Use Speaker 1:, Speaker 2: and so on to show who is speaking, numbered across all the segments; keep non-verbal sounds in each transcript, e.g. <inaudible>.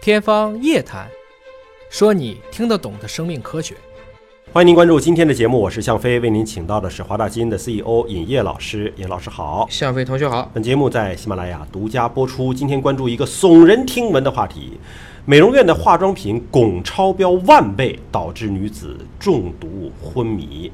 Speaker 1: 天方夜谭，说你听得懂的生命科学。
Speaker 2: 欢迎您关注今天的节目，我是向飞，为您请到的是华大基因的 CEO 尹烨老师。尹老师好，
Speaker 1: 向飞同学好，
Speaker 2: 本节目在喜马拉雅独家播出。今天关注一个耸人听闻的话题：美容院的化妆品汞超标万倍，导致女子中毒昏迷。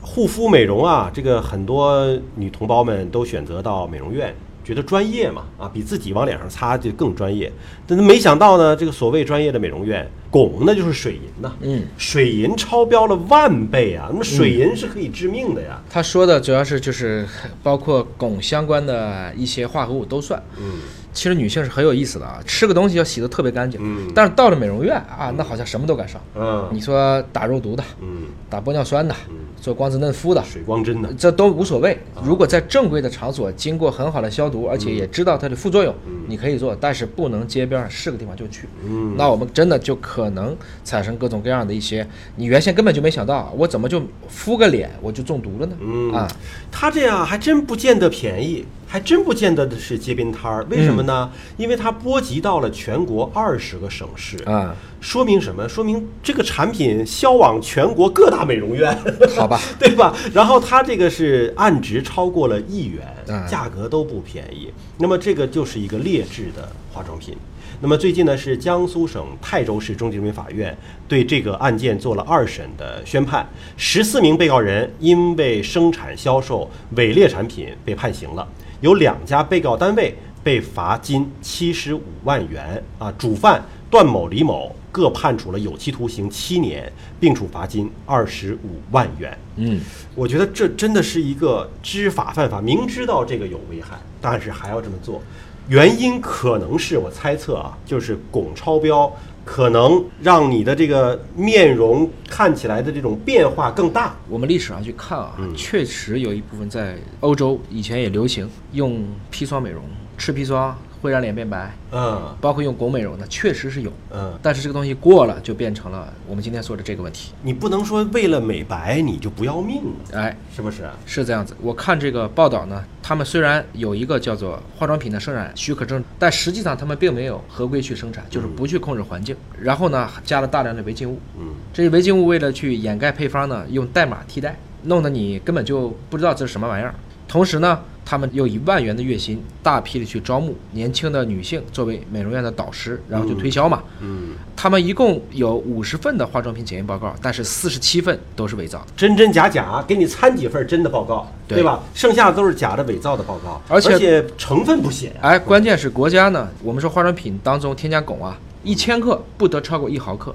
Speaker 2: 护肤美容啊，这个很多女同胞们都选择到美容院，觉得专业嘛，啊，比自己往脸上擦就更专业。但是没想到呢，这个所谓专业的美容院，汞那就是水银呐、
Speaker 1: 嗯，
Speaker 2: 水银超标了万倍啊！那么水银是可以致命的呀。
Speaker 1: 他说的主要是就是 <laughs> 包括汞相关的一些化合物都算。
Speaker 2: 嗯
Speaker 1: 其实女性是很有意思的啊，吃个东西要洗得特别干净，
Speaker 2: 嗯
Speaker 1: 但是到了美容院啊，那好像什么都敢上。
Speaker 2: 嗯
Speaker 1: 你说打肉毒的，
Speaker 2: 嗯
Speaker 1: 打玻尿酸的，做光子嫩肤的，
Speaker 2: 水光针呢？
Speaker 1: 这都无所谓。
Speaker 2: 啊
Speaker 1: 如果在正规的场所经过很好的消毒，而
Speaker 2: 嗯
Speaker 1: 且也知道它的副作用，你可以做，但是不能街边上是个地方就去。
Speaker 2: 嗯
Speaker 1: 那我们真的就可能产生各种各样的一些，你原先根本就没想到，我怎么就敷个脸我就中毒了呢？
Speaker 2: 嗯
Speaker 1: 啊，
Speaker 2: 他这样还真不见得便宜，还真不见得是街边摊儿。为什
Speaker 1: 嗯
Speaker 2: 么呢？因为它波及到了全国二十个省市。
Speaker 1: 啊，
Speaker 2: 说明什么？说明这个产品销往全国各大美容院， <laughs>
Speaker 1: 好吧，
Speaker 2: 对吧？然后它这个是按值超过了一元
Speaker 1: 嗯，
Speaker 2: 价格都不便宜。那么这个就是一个劣质的化妆品。那么最近呢，是江苏省泰州市中级人民法院对这个案件做了二审的宣判，十四名被告人因为生产、销售伪劣产品被判刑了，有两家被告单位被罚金七十五万元啊，主犯段某、李某各判处了有期徒刑七年，并处罚金二十五万元。
Speaker 1: 嗯，
Speaker 2: 我觉得这真的是一个知法犯法，明知道这个有危害，但是还要这么做。原因可能是我猜测啊，就是汞超标可能让你的这个面容看起来的这种变化更大。
Speaker 1: 我们历史上去看啊，
Speaker 2: 嗯
Speaker 1: 确实有一部分在欧洲以前也流行用砒霜美容，吃砒霜会让脸变白，
Speaker 2: 嗯
Speaker 1: 包括用汞美容的，确实是有。
Speaker 2: 嗯，
Speaker 1: 但是这个东西过了，就变成了我们今天说的这个问题。
Speaker 2: 你不能说为了美白你就不要命了，
Speaker 1: 哎，
Speaker 2: 是不是？
Speaker 1: 是这样子。我看这个报道呢，他们虽然有一个叫做化妆品的生产许可证，但实际上他们并没有合规去生产，就是不去控制环境。然后呢，加了大量的违禁物。
Speaker 2: 嗯
Speaker 1: 这些违禁物为了去掩盖配方呢，用代码替代，弄得你根本就不知道这是什么玩意儿。同时呢，他们又以万元的月薪大批的去招募年轻的女性作为美容院的导师，然后就推销嘛。
Speaker 2: 嗯，
Speaker 1: 他们一共有五十份的化妆品检验报告，但是四十七份都是伪造的。
Speaker 2: 真真假假，给你掺几份真的报告，
Speaker 1: 对
Speaker 2: 对吧？剩下的都是假的伪造的报告，
Speaker 1: 而且
Speaker 2: 成分不啊写呀、
Speaker 1: 哎，关键是国家呢，我们说化妆品当中添加汞啊，一千克不得超过一毫克。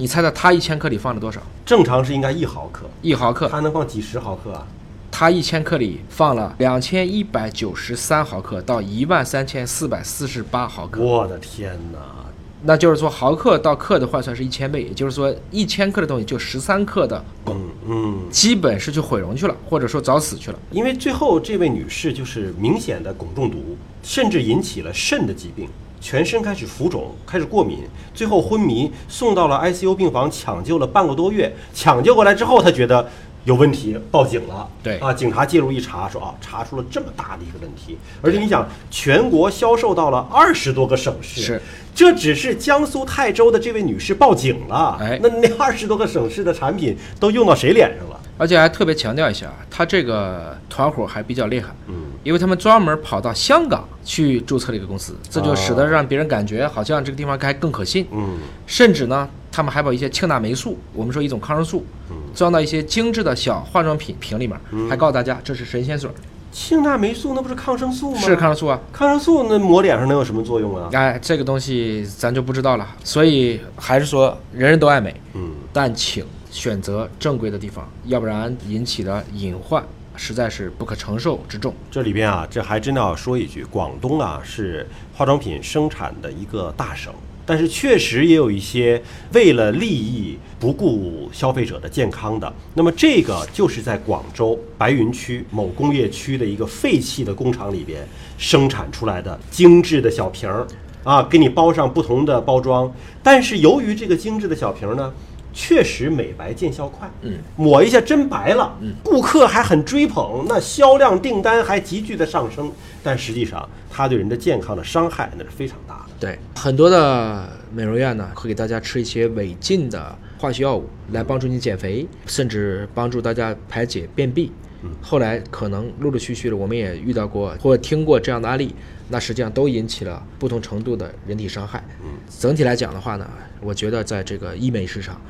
Speaker 1: 你猜猜它一千克里放了多少？
Speaker 2: 正常是应该一毫克，
Speaker 1: 一毫克，
Speaker 2: 它能放几十毫克啊？
Speaker 1: 它一千克里放了两千一百九十三毫克到一万三千四百四十八毫克，
Speaker 2: 我的天哪！
Speaker 1: 那就是说毫克到克的换算是一千倍，也就是说一千克的东西就十三克的汞，
Speaker 2: 嗯嗯，
Speaker 1: 基本是去毁容去了，或者说早死去了。
Speaker 2: 因为最后这位女士就是明显的汞中毒，甚至引起了肾的疾病，全身开始浮肿，开始过敏，最后昏迷，送到了 ICU 病房抢救了半个多月。抢救过来之后，她觉得有问题，报警了。
Speaker 1: 对
Speaker 2: 啊，警察介入一查，说啊，查出了这么大的一个问题，而且你想，全国销售到了二十多个省市，
Speaker 1: 是
Speaker 2: 这只是江苏泰州的这位女士报警了。
Speaker 1: 哎
Speaker 2: 那那二十多个省市的产品都用到谁脸上了？
Speaker 1: 而且还特别强调一下，他这个团伙还比较厉害，
Speaker 2: 嗯，
Speaker 1: 因为他们专门跑到香港去注册了一个公司，这就使得让别人感觉好像这个地方还更可信。
Speaker 2: 嗯
Speaker 1: 甚至呢，他们还把一些庆钠霉素，我们说一种抗生素，
Speaker 2: 嗯
Speaker 1: 装到一些精致的小化妆品瓶里面，还告诉大家这是神仙水儿，，
Speaker 2: 庆钠霉素那不是抗生素吗？
Speaker 1: 是抗生素啊。
Speaker 2: 抗生素，那抹脸上能有什么作用啊？
Speaker 1: 哎，这个东西咱就不知道了。所以还是说，人人都爱美，
Speaker 2: 嗯，
Speaker 1: 但请选择正规的地方，要不然引起的隐患实在是不可承受之重。
Speaker 2: 这里边啊，这还真的要说一句，广东啊是化妆品生产的一个大省，但是确实也有一些为了利益不顾消费者的健康的。那么这个就是在广州白云区某工业区的一个废弃的工厂里边生产出来的精致的小瓶儿啊，给你包上不同的包装，但是由于这个精致的小瓶儿呢。确实美白见效快，
Speaker 1: 嗯，
Speaker 2: 抹一下真白了，嗯，顾客还很追捧，那销量订单还急剧的上升，但实际上它对人的健康的伤害那是非常大的。
Speaker 1: 对，很多的美容院呢会给大家吃一些违禁的化学药物来帮助你减肥，甚至帮助大家排解便秘。后来可能陆陆续续的，我们也遇到过或听过这样的案例，那实际上都引起了不同程度的人体伤害。整体来讲的话呢，我觉得在这个医美市场，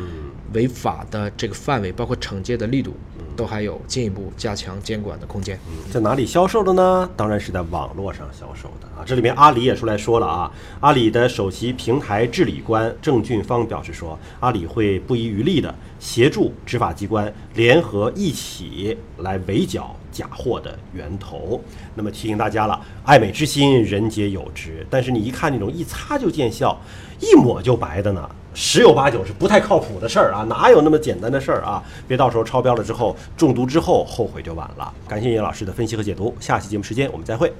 Speaker 1: 违法的这个范围，包括惩戒的力度，都还有进一步加强监管的空间。
Speaker 2: 嗯在哪里销售的呢？当然是在网络上销售的啊。这里面阿里也出来说了啊，阿里的首席平台治理官郑俊芳表示说，阿里会不遗余力的协助执法机关联合一起来围剿假货的源头。那么提醒大家了，爱美之心，人皆有之。但是你一看那种一擦就见效、一抹就白的呢，十有八九是不太靠谱的事儿啊，哪有那么简单的事儿啊？别到时候超标了之后中毒之后后悔就晚了。感谢叶老师的分析和解读，下期节目时间我们再会。